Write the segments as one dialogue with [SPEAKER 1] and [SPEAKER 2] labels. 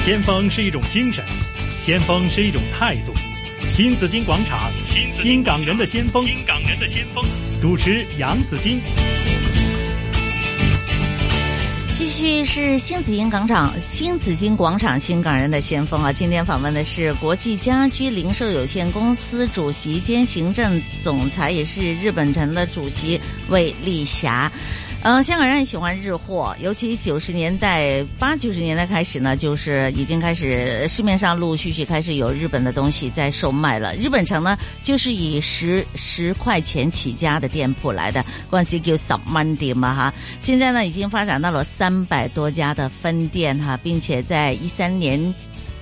[SPEAKER 1] 先锋是一种精神，先锋是一种态度。新紫金广场，新港人的先锋，
[SPEAKER 2] 新港人的先锋。
[SPEAKER 1] 主持杨紫金。
[SPEAKER 3] 继续是新紫金广场，新紫金广场，新港人的先锋啊！今天访问的是国际家居零售有限公司主席兼行政总裁，也是日本城的主席魏丽霞。嗯、呃，香港人很喜欢日货，尤其九十年代、八九十年代开始呢，就是已经开始市面上陆陆续续开始有日本的东西在售卖了。日本城呢，就是以十十块钱起家的店铺来的，嗰阵时叫十蚊店啊哈。现在呢，已经发展到了三百多家的分店哈，并且在一三年。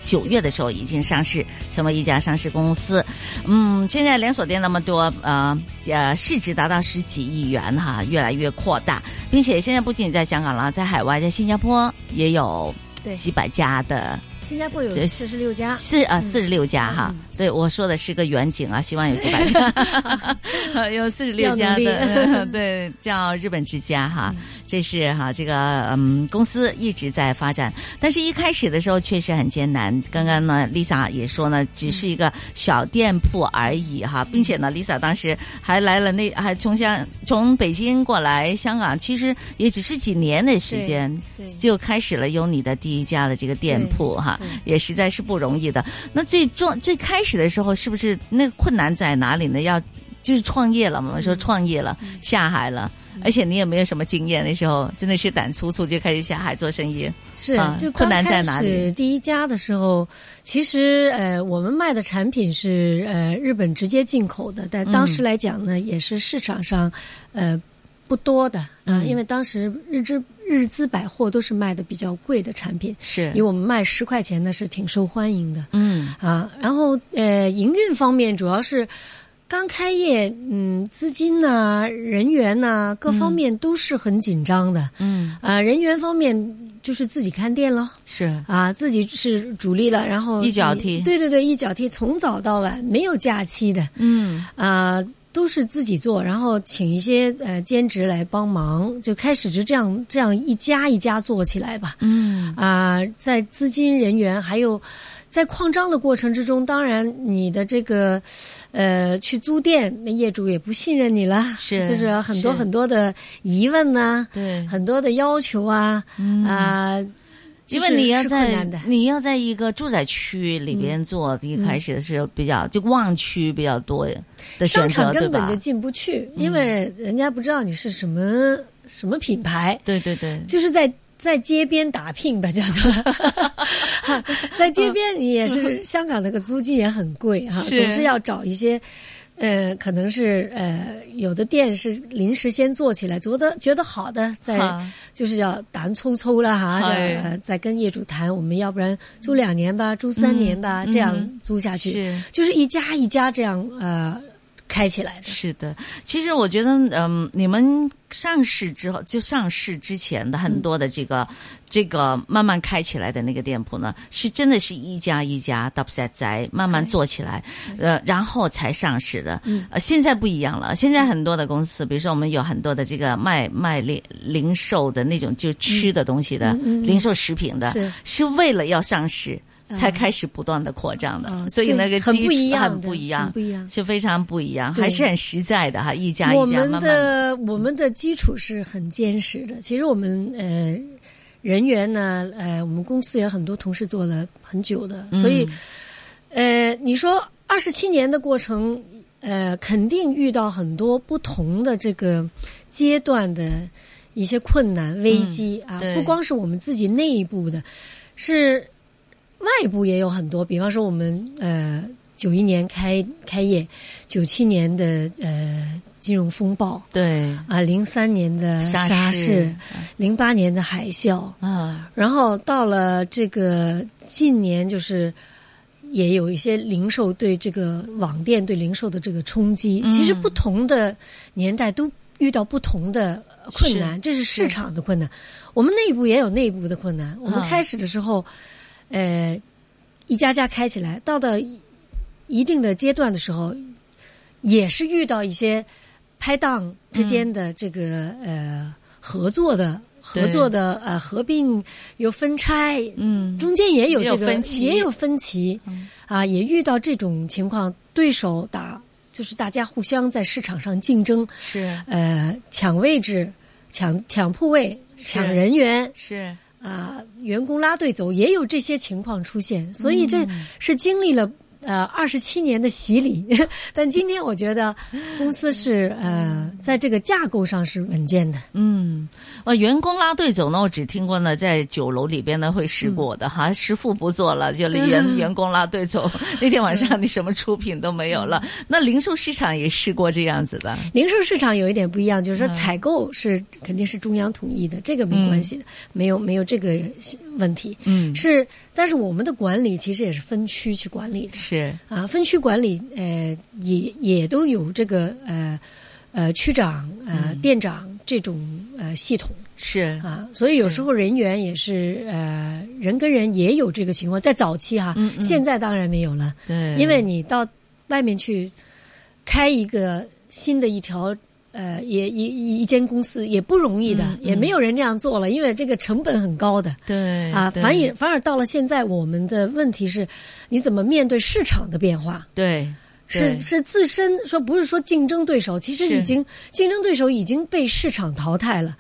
[SPEAKER 3] 九月的时候已经上市，成为一家上市公司。嗯，现在连锁店那么多，呃呃，市值达到十几亿元哈，越来越扩大，并且现在不仅在香港啦，在海外，在新加坡也有
[SPEAKER 4] 对
[SPEAKER 3] 几百家的。
[SPEAKER 4] 新加坡有
[SPEAKER 3] 这
[SPEAKER 4] 四十六家，
[SPEAKER 3] 四啊
[SPEAKER 4] 嗯
[SPEAKER 3] 四十六家哈，
[SPEAKER 4] 嗯
[SPEAKER 3] 对我说的是个远 景啊，希望有几百家， 有四十六家的，
[SPEAKER 4] 要嗯
[SPEAKER 3] 嗯 对，叫日本之家哈，这是哈这个嗯公司一直在发展，但是一开始的时候确实很艰难。刚刚呢，Lisa 也说呢，只是一个小店铺而已哈，
[SPEAKER 4] 嗯
[SPEAKER 3] 并且呢，Lisa 当时还来了那还从香从北京过来香港，其实也只是几年的时间，
[SPEAKER 4] 对对
[SPEAKER 3] 就开始了有你的第一家的这个店铺哈
[SPEAKER 4] 对对，
[SPEAKER 3] 也实在是不容易的。那最重最开始的时候，是不是那个困难在哪里呢？要就是创业了嘛，我
[SPEAKER 4] 嗯
[SPEAKER 3] 们说创业了，下海了，而且你也没有什么经验，那时候真的是胆粗粗就开始下海做生意。
[SPEAKER 4] 是
[SPEAKER 3] 啊
[SPEAKER 4] 就
[SPEAKER 3] 困
[SPEAKER 4] 刚
[SPEAKER 3] 难在
[SPEAKER 4] 开
[SPEAKER 3] 哪里
[SPEAKER 4] 始第一家的时候，其实呃，我们卖的产品是呃日本直接进口的，但当时来讲呢，也是市场上呃不多的啊、
[SPEAKER 3] 嗯
[SPEAKER 4] 因为当时日资日资百货都是卖的比较贵的产品，
[SPEAKER 3] 是
[SPEAKER 4] 因为我们卖十块钱呢是挺受欢迎的。
[SPEAKER 3] 嗯
[SPEAKER 4] 啊，然后呃，营运方面主要是刚开业，嗯，资金呐、人员呐、各方面都是很紧张的。
[SPEAKER 3] 嗯
[SPEAKER 4] 啊、人员方面就是自己看店了
[SPEAKER 3] 是
[SPEAKER 4] 啊，自己是主力了，然后
[SPEAKER 3] 一脚
[SPEAKER 4] 你
[SPEAKER 3] 踢
[SPEAKER 4] 对对对，一脚踢，从早到晚没有假期的
[SPEAKER 3] 嗯
[SPEAKER 4] 啊、都是自己做，然后请一些呃兼职来帮忙，就开始就这样这样一家一家做起来吧。
[SPEAKER 3] 嗯
[SPEAKER 4] 啊、在资金、人员还有在扩张的过程之中，当然你的这个呃去租店，那业主也不信任你了，
[SPEAKER 3] 是
[SPEAKER 4] 就是很多
[SPEAKER 3] 是嗯
[SPEAKER 4] 很多的疑问呐、
[SPEAKER 3] 对。
[SPEAKER 4] 很多的要求啊，啊、
[SPEAKER 3] 嗯因为你要
[SPEAKER 4] 是
[SPEAKER 3] 在
[SPEAKER 4] 困难的嗯
[SPEAKER 3] 你要在一个住宅区里边做，一开始是比较就旺区比较多的选
[SPEAKER 4] 商
[SPEAKER 3] 择，
[SPEAKER 4] 场
[SPEAKER 3] 对
[SPEAKER 4] 根本
[SPEAKER 3] 吧嗯
[SPEAKER 4] 就？进不去，因为人家不知道你是什么什么品牌，
[SPEAKER 3] 对对对，
[SPEAKER 4] 就是在在街边打拼吧，叫 做，在街边你也是香港那个租金也很贵哈，
[SPEAKER 3] 嗯是
[SPEAKER 4] 总是要找一些。呃，可能是呃，有的店是临时先做起来，觉得觉得好的，再
[SPEAKER 3] 啊
[SPEAKER 4] 就是要胆粗粗了哈，再、
[SPEAKER 3] 哎
[SPEAKER 4] 呃再跟业主谈，我们要不然租两年吧，租三年吧，这样租下去，
[SPEAKER 3] 嗯是
[SPEAKER 4] 就是一家一家这样呃开起来的。
[SPEAKER 3] 是的，其实我觉得，嗯，你们上市之后，就上市之前的很多的这个、
[SPEAKER 4] 嗯
[SPEAKER 3] 这个慢慢开起来的那个店铺呢，是真的是一家一家 d u b set 宅慢慢做起来，
[SPEAKER 4] 哎
[SPEAKER 3] 呃，然后才上市的。
[SPEAKER 4] 嗯
[SPEAKER 3] 呃，现在不一样了，现在很多的公司，比如说我们有很多的这个卖卖零零售的那种就吃的东西的、
[SPEAKER 4] 嗯嗯嗯
[SPEAKER 3] 零售食品的，
[SPEAKER 4] 是
[SPEAKER 3] 为了要上市。才开始不断的扩张的，
[SPEAKER 4] 嗯
[SPEAKER 3] 所以
[SPEAKER 4] 对
[SPEAKER 3] 那个
[SPEAKER 4] 很
[SPEAKER 3] 基
[SPEAKER 4] 不一
[SPEAKER 3] 础
[SPEAKER 4] 样
[SPEAKER 3] 很
[SPEAKER 4] 的
[SPEAKER 3] 不一样
[SPEAKER 4] 很，不一样。
[SPEAKER 3] 是非常不一样，
[SPEAKER 4] 对
[SPEAKER 3] 还是很实在的哈，一家
[SPEAKER 4] 我
[SPEAKER 3] 一家
[SPEAKER 4] 们
[SPEAKER 3] 慢慢地
[SPEAKER 4] 的我们的基础是很坚实的。其实我们呃人员呢，呃，我们公司也很多同事做了很久的，所
[SPEAKER 3] 嗯
[SPEAKER 4] 以呃，你说二十七年的过程，呃，肯定遇到很多不同的这个阶段的一些困难、危机、
[SPEAKER 3] 对
[SPEAKER 4] 啊，不光是我们自己内部的，是外部也有很多。比方说我们呃九一年开开业，九七年的呃金融风暴
[SPEAKER 3] 对
[SPEAKER 4] 啊，零三年的
[SPEAKER 3] 沙
[SPEAKER 4] 沙
[SPEAKER 3] 士
[SPEAKER 4] 士，零八年的海啸，
[SPEAKER 3] 啊，
[SPEAKER 4] 然后到了这个近年，就是也有一些零售对这个网店对零售的这个冲击。
[SPEAKER 3] 嗯
[SPEAKER 4] 其实不同的年代都遇到不同的困难，这是市场的困难。我们内部也有内部的困难。我们
[SPEAKER 3] 嗯
[SPEAKER 4] 开始的时候，呃，一家家开起来，到到一定的阶段的时候，也是遇到一些拍档之间的这个、呃合作的。合作的呃合并有分拆，
[SPEAKER 3] 嗯，
[SPEAKER 4] 中间也有
[SPEAKER 3] 也
[SPEAKER 4] 这
[SPEAKER 3] 有
[SPEAKER 4] 个
[SPEAKER 3] 分歧嗯
[SPEAKER 4] 也有分歧，啊，也遇到这种情况，对手打就是大家互相在市场上竞争，
[SPEAKER 3] 是
[SPEAKER 4] 呃，抢位置、抢抢铺位、
[SPEAKER 3] 是
[SPEAKER 4] 抢人员
[SPEAKER 3] 是，
[SPEAKER 4] 啊、员工拉队走，也有这些情况出现，所以这
[SPEAKER 3] 嗯
[SPEAKER 4] 是经历了。呃，二十七年的洗礼， 但今天我觉得公司是呃，在这个架构上是稳健的。
[SPEAKER 3] 嗯，呃，员工拉队走呢，我只听过呢，在酒楼里边呢会试过的
[SPEAKER 4] 嗯
[SPEAKER 3] 哈，师傅不做了，就员员工拉 队走。那天晚
[SPEAKER 4] 嗯
[SPEAKER 3] 上你什么出品都没有了。那零售市场也试过这样子的，
[SPEAKER 4] 零售市场有一点不一样，就是说
[SPEAKER 3] 嗯
[SPEAKER 4] 采购是、肯定是中央统一的，这个没关系的，没有没有这个问题。
[SPEAKER 3] 嗯
[SPEAKER 4] 是，但是我们的管理其实也是分区去管理的
[SPEAKER 3] 是，
[SPEAKER 4] 啊，分区管理呃也也都有这个呃呃区长呃、
[SPEAKER 3] 嗯
[SPEAKER 4] 店长这种呃系统
[SPEAKER 3] 是，
[SPEAKER 4] 啊，所以有
[SPEAKER 3] 是
[SPEAKER 4] 时候人员也是呃人跟人也有这个情况，在早期哈，
[SPEAKER 3] 嗯嗯
[SPEAKER 4] 现在当然没有了。
[SPEAKER 3] 对，
[SPEAKER 4] 因为你到外面去开一个新的一条。呃，也一一一间公司也不容易的，
[SPEAKER 3] 嗯嗯
[SPEAKER 4] 也没有人这样做了，因为这个成本很高的
[SPEAKER 3] 对
[SPEAKER 4] 啊。
[SPEAKER 3] 对
[SPEAKER 4] 反而反而到了现在，我们的问题是，你怎么面对市场的变化？
[SPEAKER 3] 对
[SPEAKER 4] 是
[SPEAKER 3] 对
[SPEAKER 4] 是自身说不是说竞争对手，其实
[SPEAKER 3] 是
[SPEAKER 4] 已经竞争对手已经被市场淘汰了。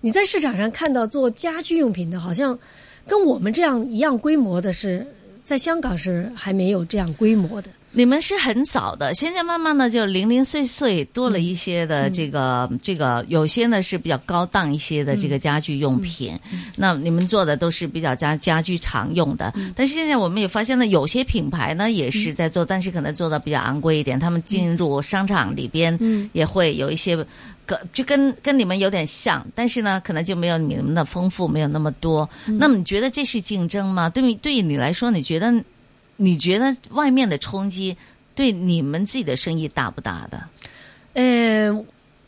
[SPEAKER 4] 你在市场上看到做家居用品的，好像跟我们这样一样规模的是，在香港是还没有这样规模的。
[SPEAKER 3] 你们是很早的，现在慢慢的就零零碎碎多了一些的这个、这个，有些呢是比较高档一些的这个家居用品，那你们做的都是比较家家居常用的，但是现在我们也发现了有些品牌呢也是在做，但是可能做的比较昂贵一点，他们进入商场里边
[SPEAKER 4] 嗯
[SPEAKER 3] 也会有一些。跟就跟跟你们有点像，但是呢，可能就没有你们的丰富，没有那么多。
[SPEAKER 4] 嗯
[SPEAKER 3] 那么你觉得这是竞争吗？对于对于你来说，你觉得你觉得外面的冲击对你们自己的生意大不大的？
[SPEAKER 4] 呃，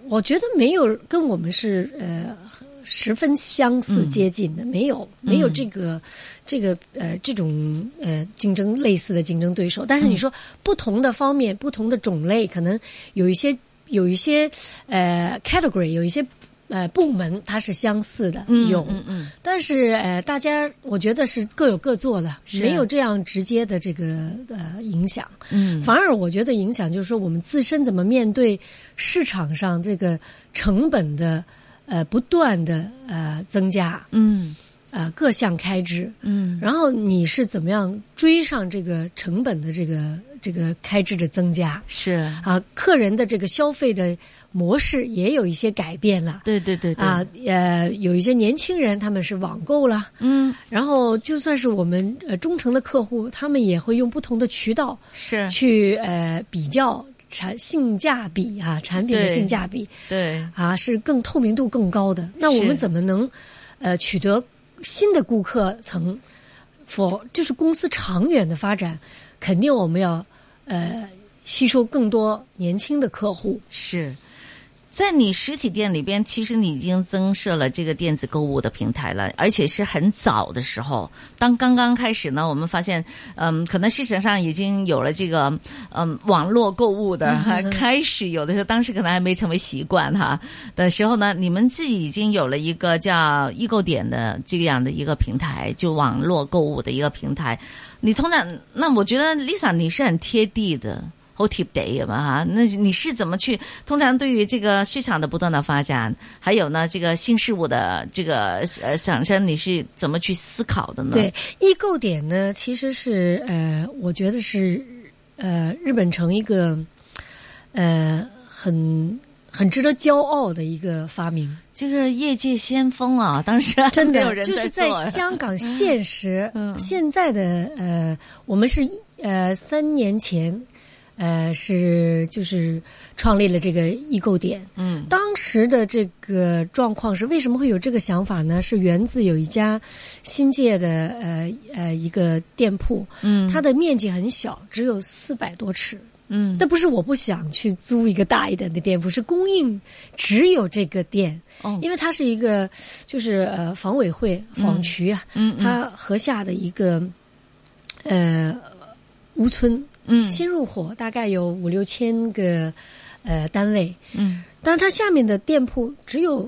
[SPEAKER 4] 我觉得没有跟我们是呃十分相似
[SPEAKER 3] 嗯
[SPEAKER 4] 接近的，没有没有这个、这个呃这种呃竞争类似的竞争对手。但是
[SPEAKER 3] 嗯
[SPEAKER 4] 你说不同的方面、不同的种类，可能有一些有一些呃 category 有一些。呃，部门它是相似的，有，
[SPEAKER 3] 嗯嗯
[SPEAKER 4] 但是呃，大家我觉得是各有各做的，
[SPEAKER 3] 是啊
[SPEAKER 4] 没有这样直接的这个呃影响。
[SPEAKER 3] 嗯，
[SPEAKER 4] 反而我觉得影响就是说，我们自身怎么面对市场上这个成本的呃不断的呃增加，
[SPEAKER 3] 嗯
[SPEAKER 4] 呃各项开支，
[SPEAKER 3] 嗯
[SPEAKER 4] 然后你是怎么样追上这个成本的这个这个开支的增加
[SPEAKER 3] 是，
[SPEAKER 4] 啊？客人的这个消费的模式也有一些改变了。
[SPEAKER 3] 对对对对，
[SPEAKER 4] 啊，呃，有一些年轻人他们是网购了，
[SPEAKER 3] 嗯
[SPEAKER 4] 然后就算是我们呃忠诚的客户，他们也会用不同的渠道
[SPEAKER 3] 是，
[SPEAKER 4] 去呃比较产性价比啊，产品的
[SPEAKER 3] 对
[SPEAKER 4] 性价比
[SPEAKER 3] 对
[SPEAKER 4] 啊是更透明度更高的。那我
[SPEAKER 3] 是
[SPEAKER 4] 们怎么能呃取得新的顾客层？否，就是公司长远的发展，肯定我们要呃吸收更多年轻的客户。
[SPEAKER 3] 是。在你实体店里边，其实你已经增设了这个电子购物的平台了，而且是很早的时候。当刚刚开始呢，我们发现，嗯，可能市场上已经有了这个，嗯，网络购物的 开始，有的时候当时可能还没成为习惯哈的时候呢，你们自己已经有了一个叫易购点的这样的一个平台，就网络购物的一个平台。你通常，那我觉得 Lisa 你是很贴地的。好贴地嘛哈，那你是怎么去？通常对于这个市场的不断的发展，还有呢这个新事物的这个呃产生，你是怎么去思考的呢？
[SPEAKER 4] 对，易购点呢，其实是呃，我觉得是呃，日本城一个呃很很值得骄傲的一个发明。
[SPEAKER 3] 这个业界先锋啊，当时还
[SPEAKER 4] 真
[SPEAKER 3] 没有
[SPEAKER 4] 的
[SPEAKER 3] 人
[SPEAKER 4] 就是
[SPEAKER 3] 在
[SPEAKER 4] 在
[SPEAKER 3] 做
[SPEAKER 4] 香港现实
[SPEAKER 3] 嗯嗯
[SPEAKER 4] 现在的呃，我们是一呃三年前呃是就是创立了这个易购点，
[SPEAKER 3] 嗯
[SPEAKER 4] 当时的这个状况是为什么会有这个想法呢？是源自有一家新界的呃呃一个店铺，
[SPEAKER 3] 嗯
[SPEAKER 4] 它的面积很小，只有四百多尺。
[SPEAKER 3] 嗯
[SPEAKER 4] 但不是我不想去租一个大一点的店铺，是供应只有这个店，
[SPEAKER 3] 哦
[SPEAKER 4] 因为它是一个就是呃房委会房区啊，
[SPEAKER 3] 嗯嗯
[SPEAKER 4] 它河下的一个呃吴村
[SPEAKER 3] 嗯
[SPEAKER 4] 新入伙，大概有五六千个呃单位，
[SPEAKER 3] 嗯
[SPEAKER 4] 但是它下面的店铺只有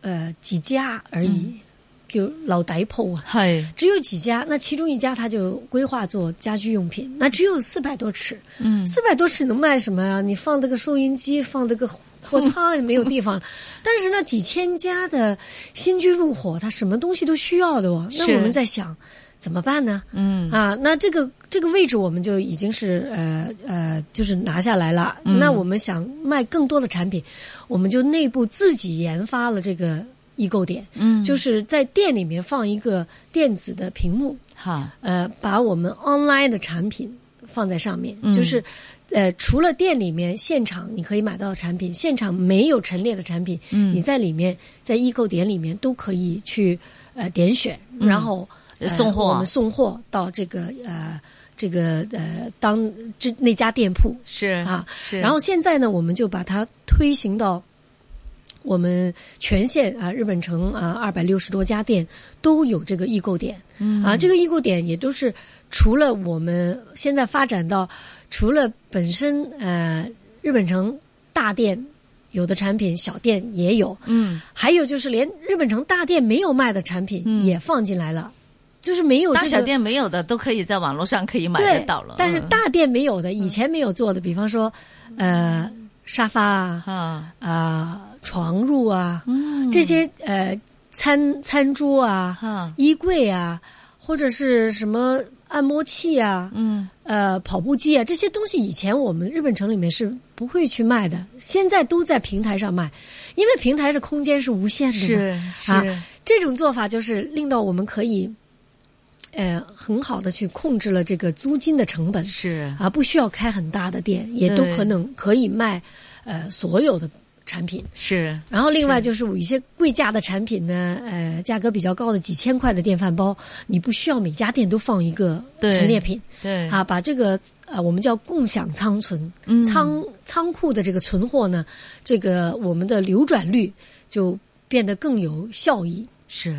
[SPEAKER 4] 呃幾家而已，
[SPEAKER 3] 嗯
[SPEAKER 4] 叫老底鋪啊。
[SPEAKER 3] 系，
[SPEAKER 4] 只有幾家，那其中一家他就规划做家居用品，那只有四百多尺，
[SPEAKER 3] 嗯
[SPEAKER 4] 四百多尺能卖什么呀？你放这个收银机，放这 个货仓也没有地方了。但是那几千家的新居入伙，他什么东西都需要的哦。
[SPEAKER 3] 是
[SPEAKER 4] 那我们在想怎么办呢？
[SPEAKER 3] 嗯
[SPEAKER 4] 啊，那这个这个位置我们就已经是呃呃，就是拿下来了。
[SPEAKER 3] 嗯
[SPEAKER 4] 那我们想卖更多的产品，我们就内部自己研发了这个易购点，
[SPEAKER 3] 嗯，
[SPEAKER 4] 就是在店里面放一个电子的屏幕，
[SPEAKER 3] 好，
[SPEAKER 4] 呃，把我们 online 的产品放在上面，
[SPEAKER 3] 嗯
[SPEAKER 4] 就是。呃，除了店里面现场你可以买到的产品，现场没有陈列的产品，
[SPEAKER 3] 嗯
[SPEAKER 4] 你在里面在易购点里面都可以去呃点选，然后、呃
[SPEAKER 3] 嗯送货
[SPEAKER 4] 我们送货到这个呃这个呃当这那家店铺
[SPEAKER 3] 是
[SPEAKER 4] 啊，
[SPEAKER 3] 是，
[SPEAKER 4] 然后现在呢，我们就把它推行到我们全县啊，日本城啊，二百六十多家店都有这个易购点、
[SPEAKER 3] 嗯
[SPEAKER 4] 啊。这个易购点也都是除了我们现在发展到除了本身呃日本城大店有的产品，小店也有，
[SPEAKER 3] 嗯，
[SPEAKER 4] 还有就是连日本城大店没有卖的产品也放进来了，就是没有、这
[SPEAKER 3] 大
[SPEAKER 4] 个、
[SPEAKER 3] 小店没有的都可以在网络上可以买
[SPEAKER 4] 对，
[SPEAKER 3] 得到了，
[SPEAKER 4] 但是
[SPEAKER 3] 嗯
[SPEAKER 4] 大店没有的，以前没有做的，比方说，呃，沙发啊，
[SPEAKER 3] 啊，
[SPEAKER 4] 啊、床褥啊，
[SPEAKER 3] 嗯
[SPEAKER 4] 这些呃餐餐桌啊、
[SPEAKER 3] 哈，
[SPEAKER 4] 衣柜啊，或者是什么按摩器啊、
[SPEAKER 3] 嗯
[SPEAKER 4] 呃跑步机啊，这些东西以前我们日本城里面是不会去卖的，现在都在平台上卖，因为平台的空间是无限的嘛。
[SPEAKER 3] 是是
[SPEAKER 4] 啊这种做法就是令到我们可以，呃，很好的去控制了这个租金的成本。
[SPEAKER 3] 是，
[SPEAKER 4] 啊，不需要开很大的店，也都
[SPEAKER 3] 对
[SPEAKER 4] 可能可以卖，呃，所有的产品。
[SPEAKER 3] 是
[SPEAKER 4] 然后另外就是有一些贵价的产品呢，呃，价格比较高的几千块的电饭煲，你不需要每家店都放一个
[SPEAKER 3] 对
[SPEAKER 4] 陈列品
[SPEAKER 3] 对，
[SPEAKER 4] 啊，把这个呃我们叫共享仓存、
[SPEAKER 3] 嗯
[SPEAKER 4] 仓仓库的这个存货呢，这个我们的流转率就变得更有效益。
[SPEAKER 3] 是。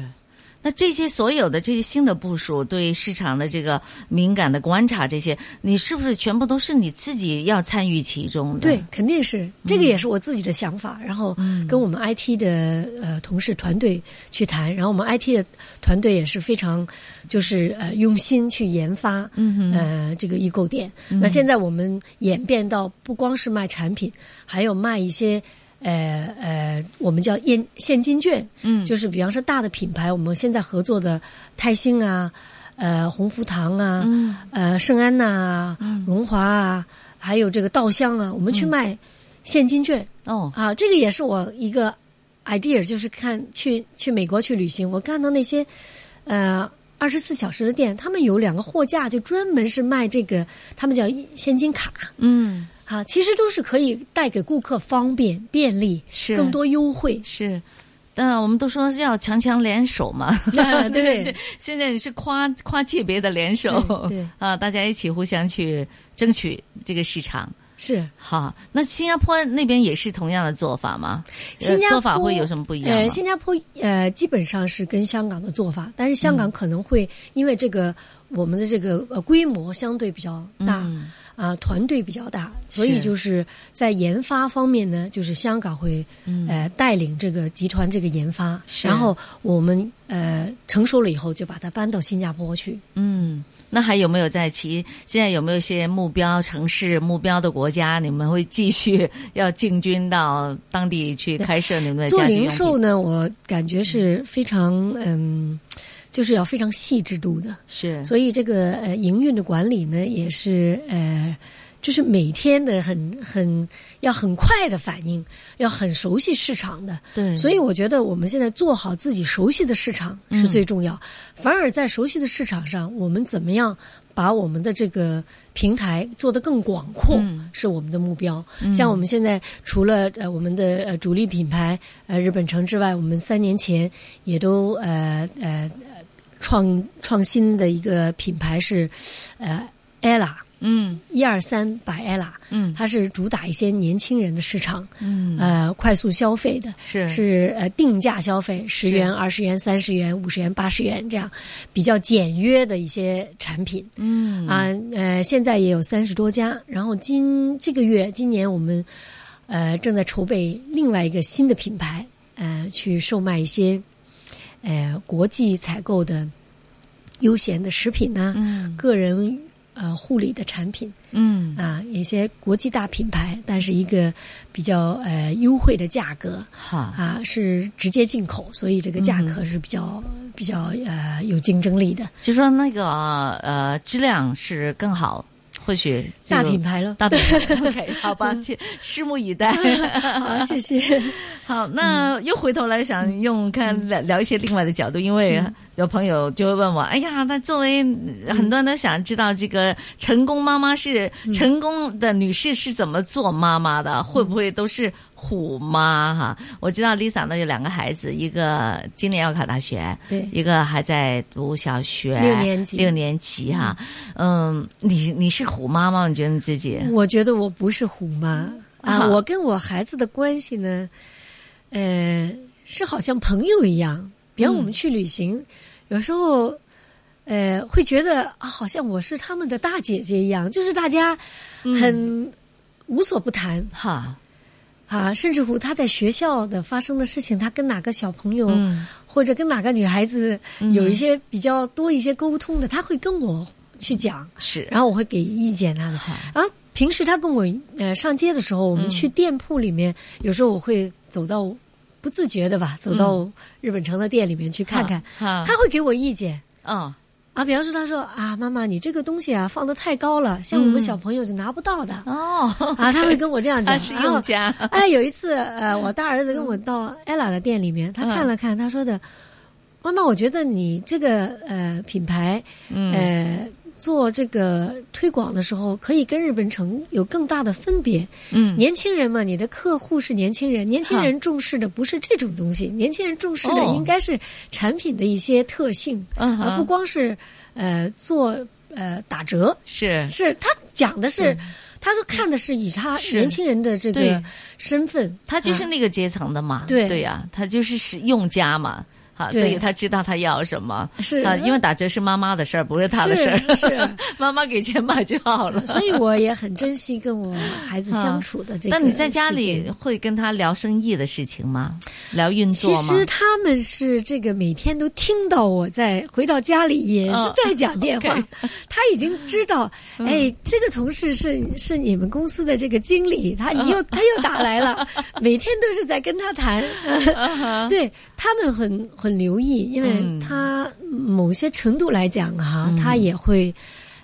[SPEAKER 3] 那这些所有的这些新的部署，对市场的这个敏感的观察，这些你是不是全部都是你自己要参与其中的？
[SPEAKER 4] 对，，肯定是这个也
[SPEAKER 3] 嗯
[SPEAKER 4] 是我自己的想法，然后跟我们 IT 的呃同事团队去谈，然后我们 IT 的团队也是非常就是呃用心去研发，嗯呃这个易购点。
[SPEAKER 3] 嗯
[SPEAKER 4] 那现在我们演变到不光是卖产品，还有卖一些。呃呃，我们叫现现金券，
[SPEAKER 3] 嗯
[SPEAKER 4] 就是比方说大的品牌，我们现在合作的泰兴啊，呃鸿福堂啊，
[SPEAKER 3] 嗯
[SPEAKER 4] 呃圣安娜啊，荣华啊，还有这个稻香啊，我们去卖现金券、
[SPEAKER 3] 哦，
[SPEAKER 4] 啊，这个也是我一个 idea，就是看去去美国去旅行，我看到那些呃二十四小时的店，他们有两个货架，就专门是卖这个，他们叫现金卡
[SPEAKER 3] 嗯，
[SPEAKER 4] 啊，其实都是可以带给顾客方便便利，
[SPEAKER 3] 是。
[SPEAKER 4] 更多优惠
[SPEAKER 3] 是。但我们都说是要强强联手嘛，
[SPEAKER 4] 啊， 对，
[SPEAKER 3] 现在你是跨跨界别的联手，
[SPEAKER 4] 对对
[SPEAKER 3] 啊，大家一起互相去争取这个市场。
[SPEAKER 4] 是。
[SPEAKER 3] 好，那新加坡那边也是同样的做法吗？呃
[SPEAKER 4] 新加坡
[SPEAKER 3] 做法会有什么不一样吗？
[SPEAKER 4] 呃，新加坡呃基本上是跟香港的做法，但是香
[SPEAKER 3] 嗯
[SPEAKER 4] 港可能会因为这个、我们的这个呃规模相对比较大啊、
[SPEAKER 3] 嗯
[SPEAKER 4] 团队比较大，所以
[SPEAKER 3] 是
[SPEAKER 4] 就是在研发方面呢，就是香港会、呃带领这个集团这个研发，
[SPEAKER 3] 嗯是
[SPEAKER 4] 然后我们呃成熟了以后就把它搬到新加坡去。
[SPEAKER 3] 嗯，那还有没有在其现在有没有一些目标城市、目标的国家，你们会继续要进军到当地去开设你们的
[SPEAKER 4] 做
[SPEAKER 3] 家居用
[SPEAKER 4] 零
[SPEAKER 3] 品？
[SPEAKER 4] 售呢，我感觉是非常嗯，就是要非常细致度的。
[SPEAKER 3] 是
[SPEAKER 4] 所以这个呃营运的管理呢，也是呃，就是每天的很很要很快的反应，要很熟悉市场的。
[SPEAKER 3] 对，
[SPEAKER 4] 所以我觉得我们现在做好自己熟悉的市场是最重要，反而在熟悉的市场上，我们怎么样把我们的这个平台做得更广阔，是我们的目标。像我们现在除了呃我们的呃主力品牌呃日本城之外，我们三年前也都呃呃呃创创新的一个品牌是呃 ella
[SPEAKER 3] 嗯
[SPEAKER 4] 一二三百 ella，
[SPEAKER 3] 嗯
[SPEAKER 4] 它是主打一些年轻人的市场，
[SPEAKER 3] 嗯
[SPEAKER 4] 呃快速消费的。
[SPEAKER 3] 是
[SPEAKER 4] 是呃定价消费，十元、二十元、三十元、五十元、八十元这样比较简约的一些产品
[SPEAKER 3] 嗯
[SPEAKER 4] 啊、呃，现在也有三十多家。然后今这个月今年我们呃正在筹备另外一个新的品牌，呃去售卖一些呃国际采购的悠闲的食品呐、
[SPEAKER 3] 嗯
[SPEAKER 4] 个人呃护理的产品
[SPEAKER 3] 嗯
[SPEAKER 4] 啊，一些国际大品牌，但是一个比较呃优惠的价格
[SPEAKER 3] 好，
[SPEAKER 4] 啊，是直接进口，所以这个价格是比较、比较呃有竞争力的
[SPEAKER 3] 就说那个呃质量是更好，或许这
[SPEAKER 4] 大
[SPEAKER 3] 个
[SPEAKER 4] 品 牌了。
[SPEAKER 3] 大嗯品牌 OK 好吧，切拭目以待。嗯
[SPEAKER 4] 好，谢谢。
[SPEAKER 3] 好，那又回头来想用看聊聊一些另外的角度，因为有朋友就会问我，哎呀，那作为很多人都想知道这个成功妈妈是成功的女士是怎么做妈妈的，会不会都是虎妈哈？我知道 Lisa 呢有两个孩子，一个今年要考大学，
[SPEAKER 4] 对
[SPEAKER 3] 一个还在读小学
[SPEAKER 4] 六年级
[SPEAKER 3] 六年级哈，嗯，你你是虎妈吗？你觉得你自己？
[SPEAKER 4] 我觉得我不是虎妈啊，
[SPEAKER 3] 啊
[SPEAKER 4] 我跟我孩子的关系呢，呃，是好像朋友一样。比方我们去旅行，有时候，呃，会觉得啊，好像我是他们的大姐姐一样，就是大家很无所不谈、
[SPEAKER 3] 哈，
[SPEAKER 4] 啊，甚至乎他在学校的发生的事情，他跟哪个小朋友、
[SPEAKER 3] 嗯
[SPEAKER 4] 或者跟哪个女孩子有一些比较多一些沟通的，他会跟我去讲。
[SPEAKER 3] 是，
[SPEAKER 4] 然后我会给意见他们。然后平时他跟我呃上街的时候，我们去店铺里面，
[SPEAKER 3] 嗯
[SPEAKER 4] 有时候我会走到不自觉的吧，走到日本城的店里面去看看，
[SPEAKER 3] 哈，
[SPEAKER 4] 他会给我意见。
[SPEAKER 3] 嗯
[SPEAKER 4] 啊，比方说他说啊，妈妈，你这个东西啊放的太高了，像我
[SPEAKER 3] 嗯
[SPEAKER 4] 们小朋友就拿不到的、
[SPEAKER 3] 哦。
[SPEAKER 4] 啊， 他会跟我这样讲。
[SPEAKER 3] 他是用
[SPEAKER 4] 然
[SPEAKER 3] 家，
[SPEAKER 4] 后哎，有一次呃，我大儿子跟我到 ella 的店里面，他看了看，他说的，妈妈，我觉得你这个呃品牌
[SPEAKER 3] 嗯
[SPEAKER 4] 呃，做这个推广的时候，可以跟日本城有更大的分别。
[SPEAKER 3] 嗯，
[SPEAKER 4] 年轻人嘛，你的客户是年轻人，年轻人重视的不是这种东西，年轻人重视的
[SPEAKER 3] 哦
[SPEAKER 4] 应该是产品的一些特性，
[SPEAKER 3] 嗯
[SPEAKER 4] 而啊不
[SPEAKER 3] 哼，
[SPEAKER 4] 光是呃做呃打折。
[SPEAKER 3] 是
[SPEAKER 4] 是他讲的是，他看的是以他
[SPEAKER 3] 是
[SPEAKER 4] 年轻人的这个
[SPEAKER 3] 对
[SPEAKER 4] 身份，
[SPEAKER 3] 他就是
[SPEAKER 4] 啊
[SPEAKER 3] 那个阶层的嘛，
[SPEAKER 4] 对
[SPEAKER 3] 对呀、他就是使用家嘛，好，
[SPEAKER 4] 对
[SPEAKER 3] 所以他知道他要什么
[SPEAKER 4] 是
[SPEAKER 3] 啊，因为打折是妈妈的事儿，不是他的事儿，
[SPEAKER 4] 是是
[SPEAKER 3] 妈妈给钱买就好了。
[SPEAKER 4] 所以我也很珍惜跟我孩子相处的这个时间。
[SPEAKER 3] 那你在家里会跟他聊生意的事情吗？聊运作
[SPEAKER 4] 其
[SPEAKER 3] 吗？
[SPEAKER 4] 实他们是这个每天都听到我在回到家里也是在讲电话，
[SPEAKER 3] 哦 OK 嗯
[SPEAKER 4] 他已经知道，哎，这个同事是是你们公司的这个经理，他
[SPEAKER 3] 嗯
[SPEAKER 4] 你又他又打来 了，每天都是在跟他谈，对他们很很留意，因为
[SPEAKER 3] 嗯
[SPEAKER 4] 他某些程度来讲哈、他也会。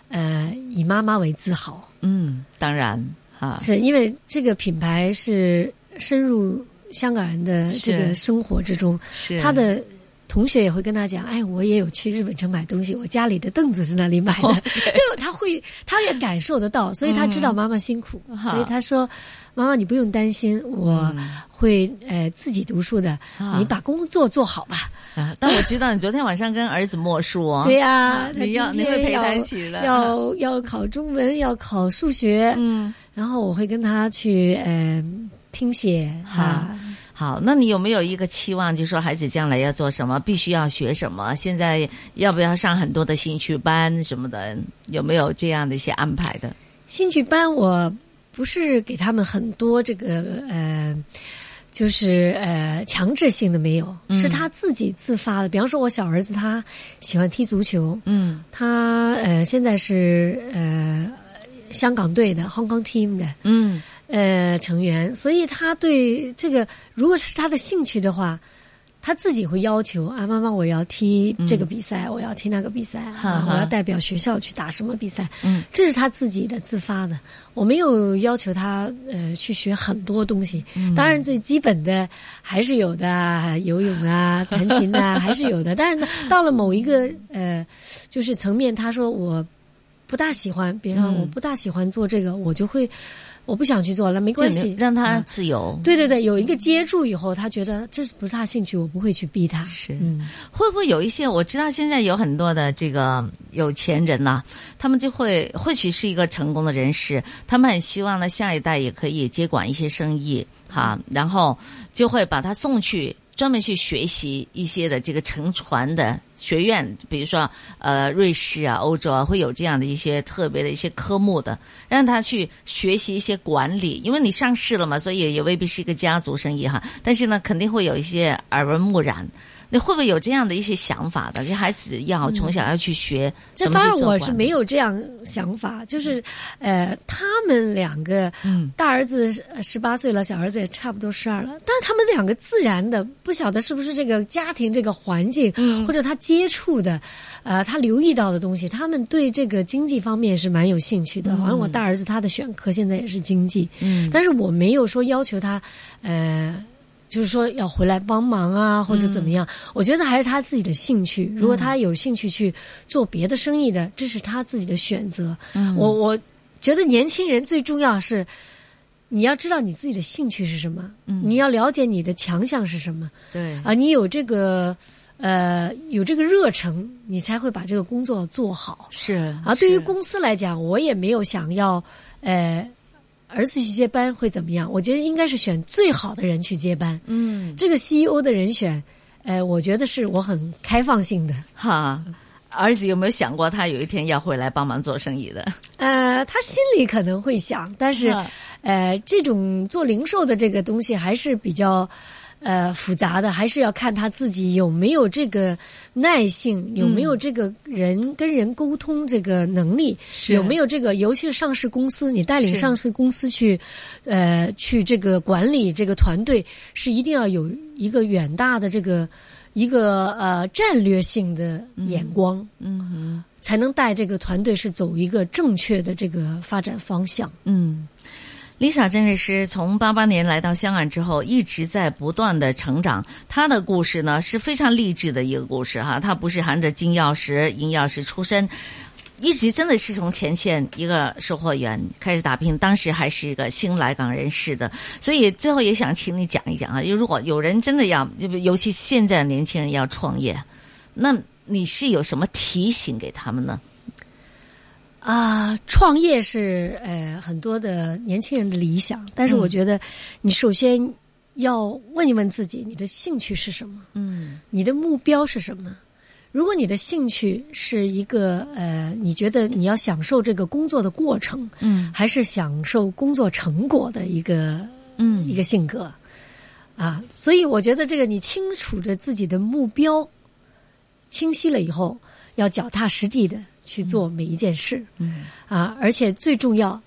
[SPEAKER 4] 呃，以妈妈为自豪，
[SPEAKER 3] 嗯，当然啊，
[SPEAKER 4] 是因为这个品牌是深入香港人的这个
[SPEAKER 3] 是
[SPEAKER 4] 生活之中，
[SPEAKER 3] 是
[SPEAKER 4] 他的同学也会跟他讲：“哎，我也有去日本城买东西，我家里的凳子是那里买
[SPEAKER 3] 哦
[SPEAKER 4] 的。就他会，他也感受得到，所以他知
[SPEAKER 3] 嗯
[SPEAKER 4] 道妈妈辛苦，
[SPEAKER 3] 好
[SPEAKER 4] 所以他说：“妈妈，你不用担心，
[SPEAKER 3] 嗯
[SPEAKER 4] 我会、呃自己读书的，
[SPEAKER 3] 啊
[SPEAKER 4] 你把工作做好吧。
[SPEAKER 3] 啊，但我知道你昨天晚上跟儿子默书哦，
[SPEAKER 4] 对呀、他
[SPEAKER 3] 你要
[SPEAKER 4] 今
[SPEAKER 3] 你会
[SPEAKER 4] 天
[SPEAKER 3] 陪他
[SPEAKER 4] 要
[SPEAKER 3] 一起的，
[SPEAKER 4] 要 要考中文，要考数学，
[SPEAKER 3] 嗯。
[SPEAKER 4] 然后我会跟他去呃听写啊，
[SPEAKER 3] 好，那你有没有一个期望，就说孩子将来要做什么，必须要学什么？现在要不要上很多的兴趣班什么的？有没有这样的一些安排的？
[SPEAKER 4] 兴趣班我不是给他们很多这个呃，就是呃强制性的没有，
[SPEAKER 3] 嗯
[SPEAKER 4] 是他自己自发的。比方说，我小儿子他喜欢踢足球，
[SPEAKER 3] 嗯
[SPEAKER 4] 他呃现在是呃香港队的 Hong Kong team 的
[SPEAKER 3] 嗯
[SPEAKER 4] 呃成员，所以他对这个如果是他的兴趣的话。他自己会要求啊，妈妈，我要踢这个比赛，我要踢那个比赛，
[SPEAKER 3] 嗯哈
[SPEAKER 4] 啊
[SPEAKER 3] 哈
[SPEAKER 4] 我要代表学校去打什么比赛。
[SPEAKER 3] 嗯，
[SPEAKER 4] 这是他自己的自发的，我没有要求他呃去学很多东西。
[SPEAKER 3] 嗯
[SPEAKER 4] 当然最基本的还是有的啊，游泳啊、弹琴啊还是有的。但是呢，到了某一个呃就是层面，他说我不大喜欢，比方
[SPEAKER 3] 嗯
[SPEAKER 4] 我不大喜欢做这个，我就会我不想去做了，没关
[SPEAKER 3] 就
[SPEAKER 4] 系
[SPEAKER 3] 你，让他
[SPEAKER 4] 嗯
[SPEAKER 3] 自由。
[SPEAKER 4] 对对对，有一个接触以后，他觉得这是不是他兴趣，我不会去逼他。
[SPEAKER 3] 是，
[SPEAKER 4] 嗯，
[SPEAKER 3] 会不会有一些？我知道现在有很多的这个有钱人呐、他们就会或许是一个成功的人士，他们很希望呢下一代也可以接管一些生意哈、然后就会把他送去专门去学习一些的这个乘船的学院，比如说呃瑞士啊、欧洲啊，会有这样的一些特别的一些科目的，让他去学习一些管理。因为你上市了嘛，所以也未必是一个家族生意哈，但是呢，肯定会有一些耳闻目染。你会不会有这样的一些想法的？这孩子要从小要去学
[SPEAKER 4] 这
[SPEAKER 3] 怎么
[SPEAKER 4] 反
[SPEAKER 3] 去
[SPEAKER 4] 而
[SPEAKER 3] 做
[SPEAKER 4] 我是
[SPEAKER 3] 管
[SPEAKER 4] 没
[SPEAKER 3] 理嗯
[SPEAKER 4] 有这样想法，就是，呃，他们两个，大儿子呃十八岁了，小儿子也差不多十二了，但是他们两个自然的，不晓得是不是这个家庭这个环境，
[SPEAKER 3] 嗯
[SPEAKER 4] 或者他接触的，呃，他留意到的东西，他们对这个经济方面是蛮有兴趣的。好像我大儿子他的选科现在也是经济，
[SPEAKER 3] 嗯
[SPEAKER 4] 但是我没有说要求他，呃，就是说要回来帮忙啊，或者怎么样。我觉得还是他自己的兴趣。如果他有兴趣去做别的生意的，这是他自己的选择。我我觉得年轻人最重要是。你要知道你自己的兴趣是什么，你要了解你的强项是什么
[SPEAKER 3] 对
[SPEAKER 4] 啊！你有这个，呃，有这个热忱，你才会把这个工作做好。
[SPEAKER 3] 是
[SPEAKER 4] 啊，对于
[SPEAKER 3] 是
[SPEAKER 4] 公司来讲，我也没有想要，呃，儿子去接班会怎么样？我觉得应该是选最好的人去接班。
[SPEAKER 3] 嗯。
[SPEAKER 4] 这个 CEO 的人选，呃，我觉得是我很开放性的。
[SPEAKER 3] 哈，儿子有没有想过他有一天要回来帮忙做生意的？
[SPEAKER 4] 呃，他心里可能会想，但是，
[SPEAKER 3] 嗯
[SPEAKER 4] 呃，这种做零售的这个东西还是比较，呃，复杂的，还是要看他自己有没有这个耐性，有没
[SPEAKER 3] 嗯
[SPEAKER 4] 有这个人跟人沟通这个能力，有没
[SPEAKER 3] 有？
[SPEAKER 4] 有这个，尤其是上市公司，你带领
[SPEAKER 3] 是
[SPEAKER 4] 上市公司去，呃，去这个管理这个团队，是一定要有一个远大的这个一个呃战略性的眼光，嗯才能带这个团队是走一个正确的这个发展方向。
[SPEAKER 3] 嗯。Lisa 真的是从八八年来到香港之后，一直在不断的成长。她的故事呢是非常励志的一个故事哈，她不是含着金钥匙、银钥匙出生，一直真的是从前线一个售货员开始打拼，当时还是一个新来港人士的，所以最后也想请你讲一讲啊，就如果有人真的要，就尤其现在的年轻人要创业，那你是有什么提醒给他们呢？
[SPEAKER 4] 啊、创业是呃很多的年轻人的理想，但是我觉得你首先要问一问自己，你的兴趣是什么？
[SPEAKER 3] 嗯
[SPEAKER 4] 你的目标是什么？如果你的兴趣是一个呃，你觉得你要享受这个工作的过程，
[SPEAKER 3] 嗯
[SPEAKER 4] 还是享受工作成果的一个
[SPEAKER 3] 嗯
[SPEAKER 4] 一个性格啊？所以我觉得这个你清楚着自己的目标，清晰了以后，要脚踏实地的去做每一件事
[SPEAKER 3] 嗯
[SPEAKER 4] 啊！而且最重要，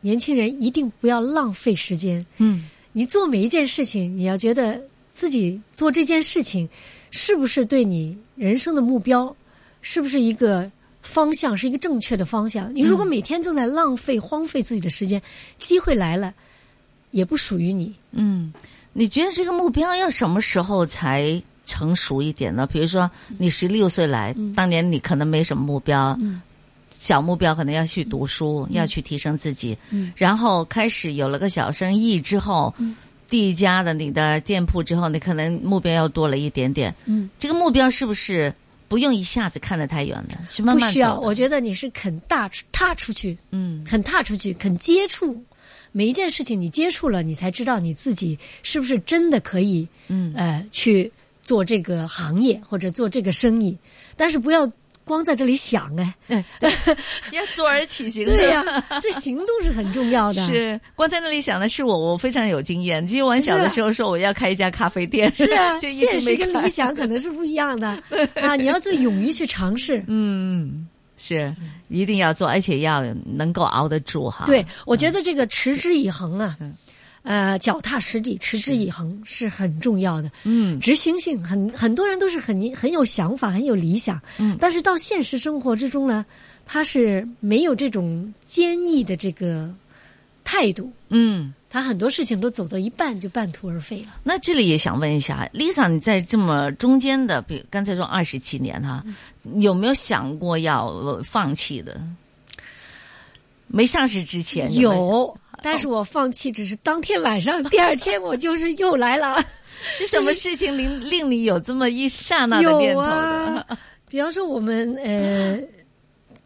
[SPEAKER 4] 年轻人一定不要浪费时间，
[SPEAKER 3] 嗯
[SPEAKER 4] 你做每一件事情，你要觉得自己做这件事情是不是对你人生的目标，是不是一个方向，是一个正确的方向。你如果每天正在浪费、荒废自己的时间，机会来了也不属于你。
[SPEAKER 3] 嗯，你觉得这个目标要什么时候才成熟一点呢？比如说你十六岁来，
[SPEAKER 4] 嗯
[SPEAKER 3] 当年你可能没什么目标，小目标可能要去读书，要去提升自己，
[SPEAKER 4] 嗯
[SPEAKER 3] 然后开始有了个小生意之后，第一家的你的店铺之后，你可能目标要多了一点点。
[SPEAKER 4] 嗯，
[SPEAKER 3] 这个目标是不是不用一下子看得太远的，是慢慢
[SPEAKER 4] 不需要，
[SPEAKER 3] 走的
[SPEAKER 4] 我觉得你是肯大出踏出去，
[SPEAKER 3] 嗯
[SPEAKER 4] 肯踏出去，肯接触。每一件事情你接触了，你才知道你自己是不是真的可以，
[SPEAKER 3] 嗯
[SPEAKER 4] 呃，去做这个行业或者做这个生意。但是不要光在这里想 哎，
[SPEAKER 3] 要坐而起行
[SPEAKER 4] 对呀、这行动是很重要的。
[SPEAKER 3] 是，光在那里想的是我，我非常有经验。其实我很小的时候说我要开一家咖啡店，，
[SPEAKER 4] 啊是啊
[SPEAKER 3] 就一直
[SPEAKER 4] 现实
[SPEAKER 3] 没
[SPEAKER 4] 跟
[SPEAKER 3] 开
[SPEAKER 4] 理想可能是不一样 的啊！你要最勇于去尝试。
[SPEAKER 3] 嗯，是一定要做，而且要能够熬得住哈。
[SPEAKER 4] 对，，我觉得这个持之以恒啊
[SPEAKER 3] 嗯，
[SPEAKER 4] 呃，脚踏实地，持之以恒是很重要的。
[SPEAKER 3] 嗯
[SPEAKER 4] 执行性很很多人都是很很有想法、很有理想，
[SPEAKER 3] 嗯
[SPEAKER 4] 但是到现实生活之中呢，他是没有这种坚毅的这个态度，
[SPEAKER 3] 嗯。
[SPEAKER 4] 他很多事情都走到一半就半途而废了。
[SPEAKER 3] 那这里也想问一下，Lisa，你在这么中间的，比刚才说二十七年哈，有没有想过要呃放弃的？没上市之前有没有
[SPEAKER 4] 有，但是我放弃只是当天晚上，第二天我就是又来 了。
[SPEAKER 3] 是什么事情令令你有这么一刹那的念
[SPEAKER 4] 有
[SPEAKER 3] 头的？
[SPEAKER 4] 啊， 比方说我们 呃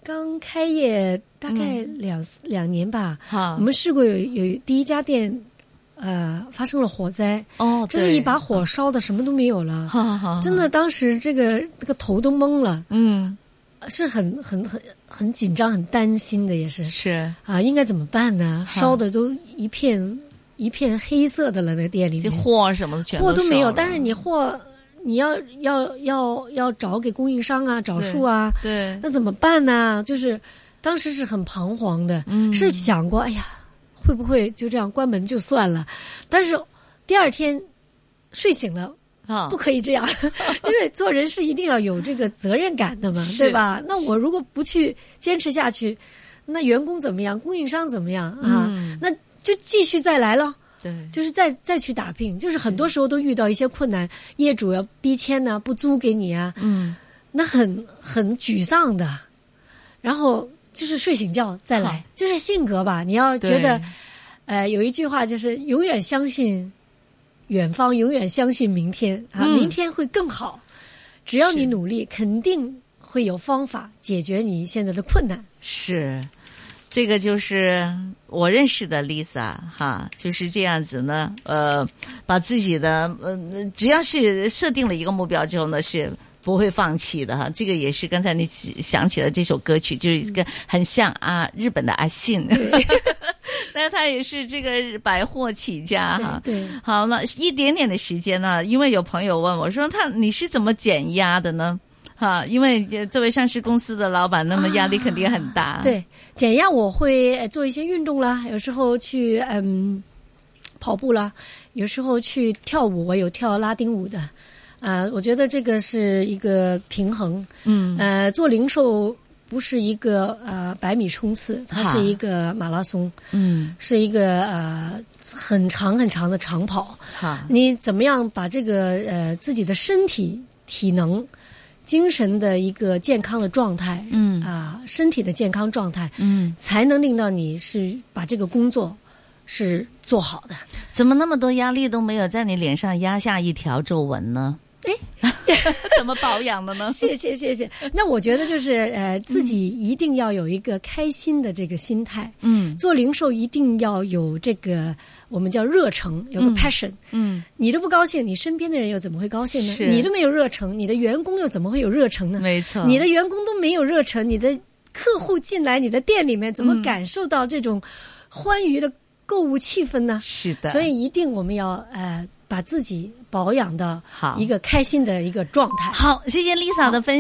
[SPEAKER 4] 刚开
[SPEAKER 3] 嗯
[SPEAKER 4] 业大概两、两年吧，
[SPEAKER 3] 哈
[SPEAKER 4] 我们试过有有第一家店呃发生了火灾，
[SPEAKER 3] 哦，
[SPEAKER 4] 真
[SPEAKER 3] 对嗯
[SPEAKER 4] 是一把，火烧的什么都没有了，
[SPEAKER 3] 哈哈哈
[SPEAKER 4] 真，的当时这个这个头都懵了，
[SPEAKER 3] 嗯，
[SPEAKER 4] 是很很很很紧张、很担心的，也是
[SPEAKER 3] 是，
[SPEAKER 4] 啊，应该怎么办呢？
[SPEAKER 3] 哈
[SPEAKER 4] 烧的都一片一片黑色的了，那个店里
[SPEAKER 3] 这
[SPEAKER 4] 面
[SPEAKER 3] 货什么的全
[SPEAKER 4] 货都没
[SPEAKER 3] 烧
[SPEAKER 4] 有，
[SPEAKER 3] 了
[SPEAKER 4] 但是你货你要要要要找给供应商啊，找
[SPEAKER 3] 对
[SPEAKER 4] 数啊，
[SPEAKER 3] 对，
[SPEAKER 4] 那怎么办呢？就是当时是很彷徨的，
[SPEAKER 3] 嗯
[SPEAKER 4] 是想过，哎呀，会不会就这样关门就算了？但是第二天睡醒了，
[SPEAKER 3] 啊
[SPEAKER 4] 不，可以这样， 因为做人是一定要有这个责任感的嘛，
[SPEAKER 3] 是
[SPEAKER 4] 对吧？那我如果不去坚持下去，那员工怎么样？供应商怎么样啊？
[SPEAKER 3] 嗯
[SPEAKER 4] 那就继续再来了，
[SPEAKER 3] 对，
[SPEAKER 4] 就是再再去打拼。就是很多时候都遇到一些困难，业主要逼迁呐、不租给你啊，
[SPEAKER 3] 嗯，
[SPEAKER 4] 那很很沮丧的。然后就是睡醒觉再
[SPEAKER 3] 好
[SPEAKER 4] 来，就是性格吧。你要觉
[SPEAKER 3] 对
[SPEAKER 4] 得，呃，有一句话就是永远相信远方，永远相信明天啊，
[SPEAKER 3] 嗯
[SPEAKER 4] 明天会更好。只要
[SPEAKER 3] 是
[SPEAKER 4] 你努力，肯定会有方法解决你现在的困难。
[SPEAKER 3] 是，这个就是我认识的 Lisa 哈，就是这样子呢。呃，把自己的呃，只要是设定了一个目标之后呢，是。不会放弃的哈，这个也是刚才你起想起了这首歌曲，就是一个很像啊日本的阿信， 那他也是这个百货起家哈。
[SPEAKER 4] 对对
[SPEAKER 3] 好了，一点点的时间呢，因为有朋友问我说他你是怎么减压的呢？哈，因为呃作为上市公司的老板，那么压力肯定很大。
[SPEAKER 4] 对，减压我会呃做一些运动啦，有时候去嗯跑步啦，有时候去跳舞，我有跳拉丁舞的。啊、我觉得这个是一个平衡。
[SPEAKER 3] 嗯，
[SPEAKER 4] 呃，做零售不是一个呃百米冲刺，它
[SPEAKER 3] 哈
[SPEAKER 4] 是一个马拉松，
[SPEAKER 3] 嗯，
[SPEAKER 4] 是一个呃很长很长的长跑。
[SPEAKER 3] 好，
[SPEAKER 4] 你怎么样把这个呃自己的身体体能、精神的一个健康的状态，
[SPEAKER 3] 嗯
[SPEAKER 4] 啊、身体的健康状态，
[SPEAKER 3] 嗯，
[SPEAKER 4] 才能令到你是把这个工作是做好的。
[SPEAKER 3] 怎么那么多压力都没有在你脸上压下一条皱纹呢？ 哎，怎么保养的呢？
[SPEAKER 4] 谢谢谢谢。那我觉得就是呃，自己一定要有一个开心的这个心态。
[SPEAKER 3] 嗯
[SPEAKER 4] 做零售一定要有这个我们叫热诚，有个 passion。
[SPEAKER 3] 嗯，
[SPEAKER 4] 你都不高兴，你身边的人又怎么会高兴呢
[SPEAKER 3] 是？
[SPEAKER 4] 你都没有热诚，你的员工又怎么会有热诚呢？
[SPEAKER 3] 没错，
[SPEAKER 4] 你的员工都没有热忱，你的客户进来你的店里面怎
[SPEAKER 3] 嗯
[SPEAKER 4] 么感受到这种欢愉的购物气氛呢？
[SPEAKER 3] 是的，
[SPEAKER 4] 所以一定我们要呃把自己保养到
[SPEAKER 3] 好
[SPEAKER 4] 一个开心的一个状态。
[SPEAKER 3] 好，谢谢 Lisa 的分享。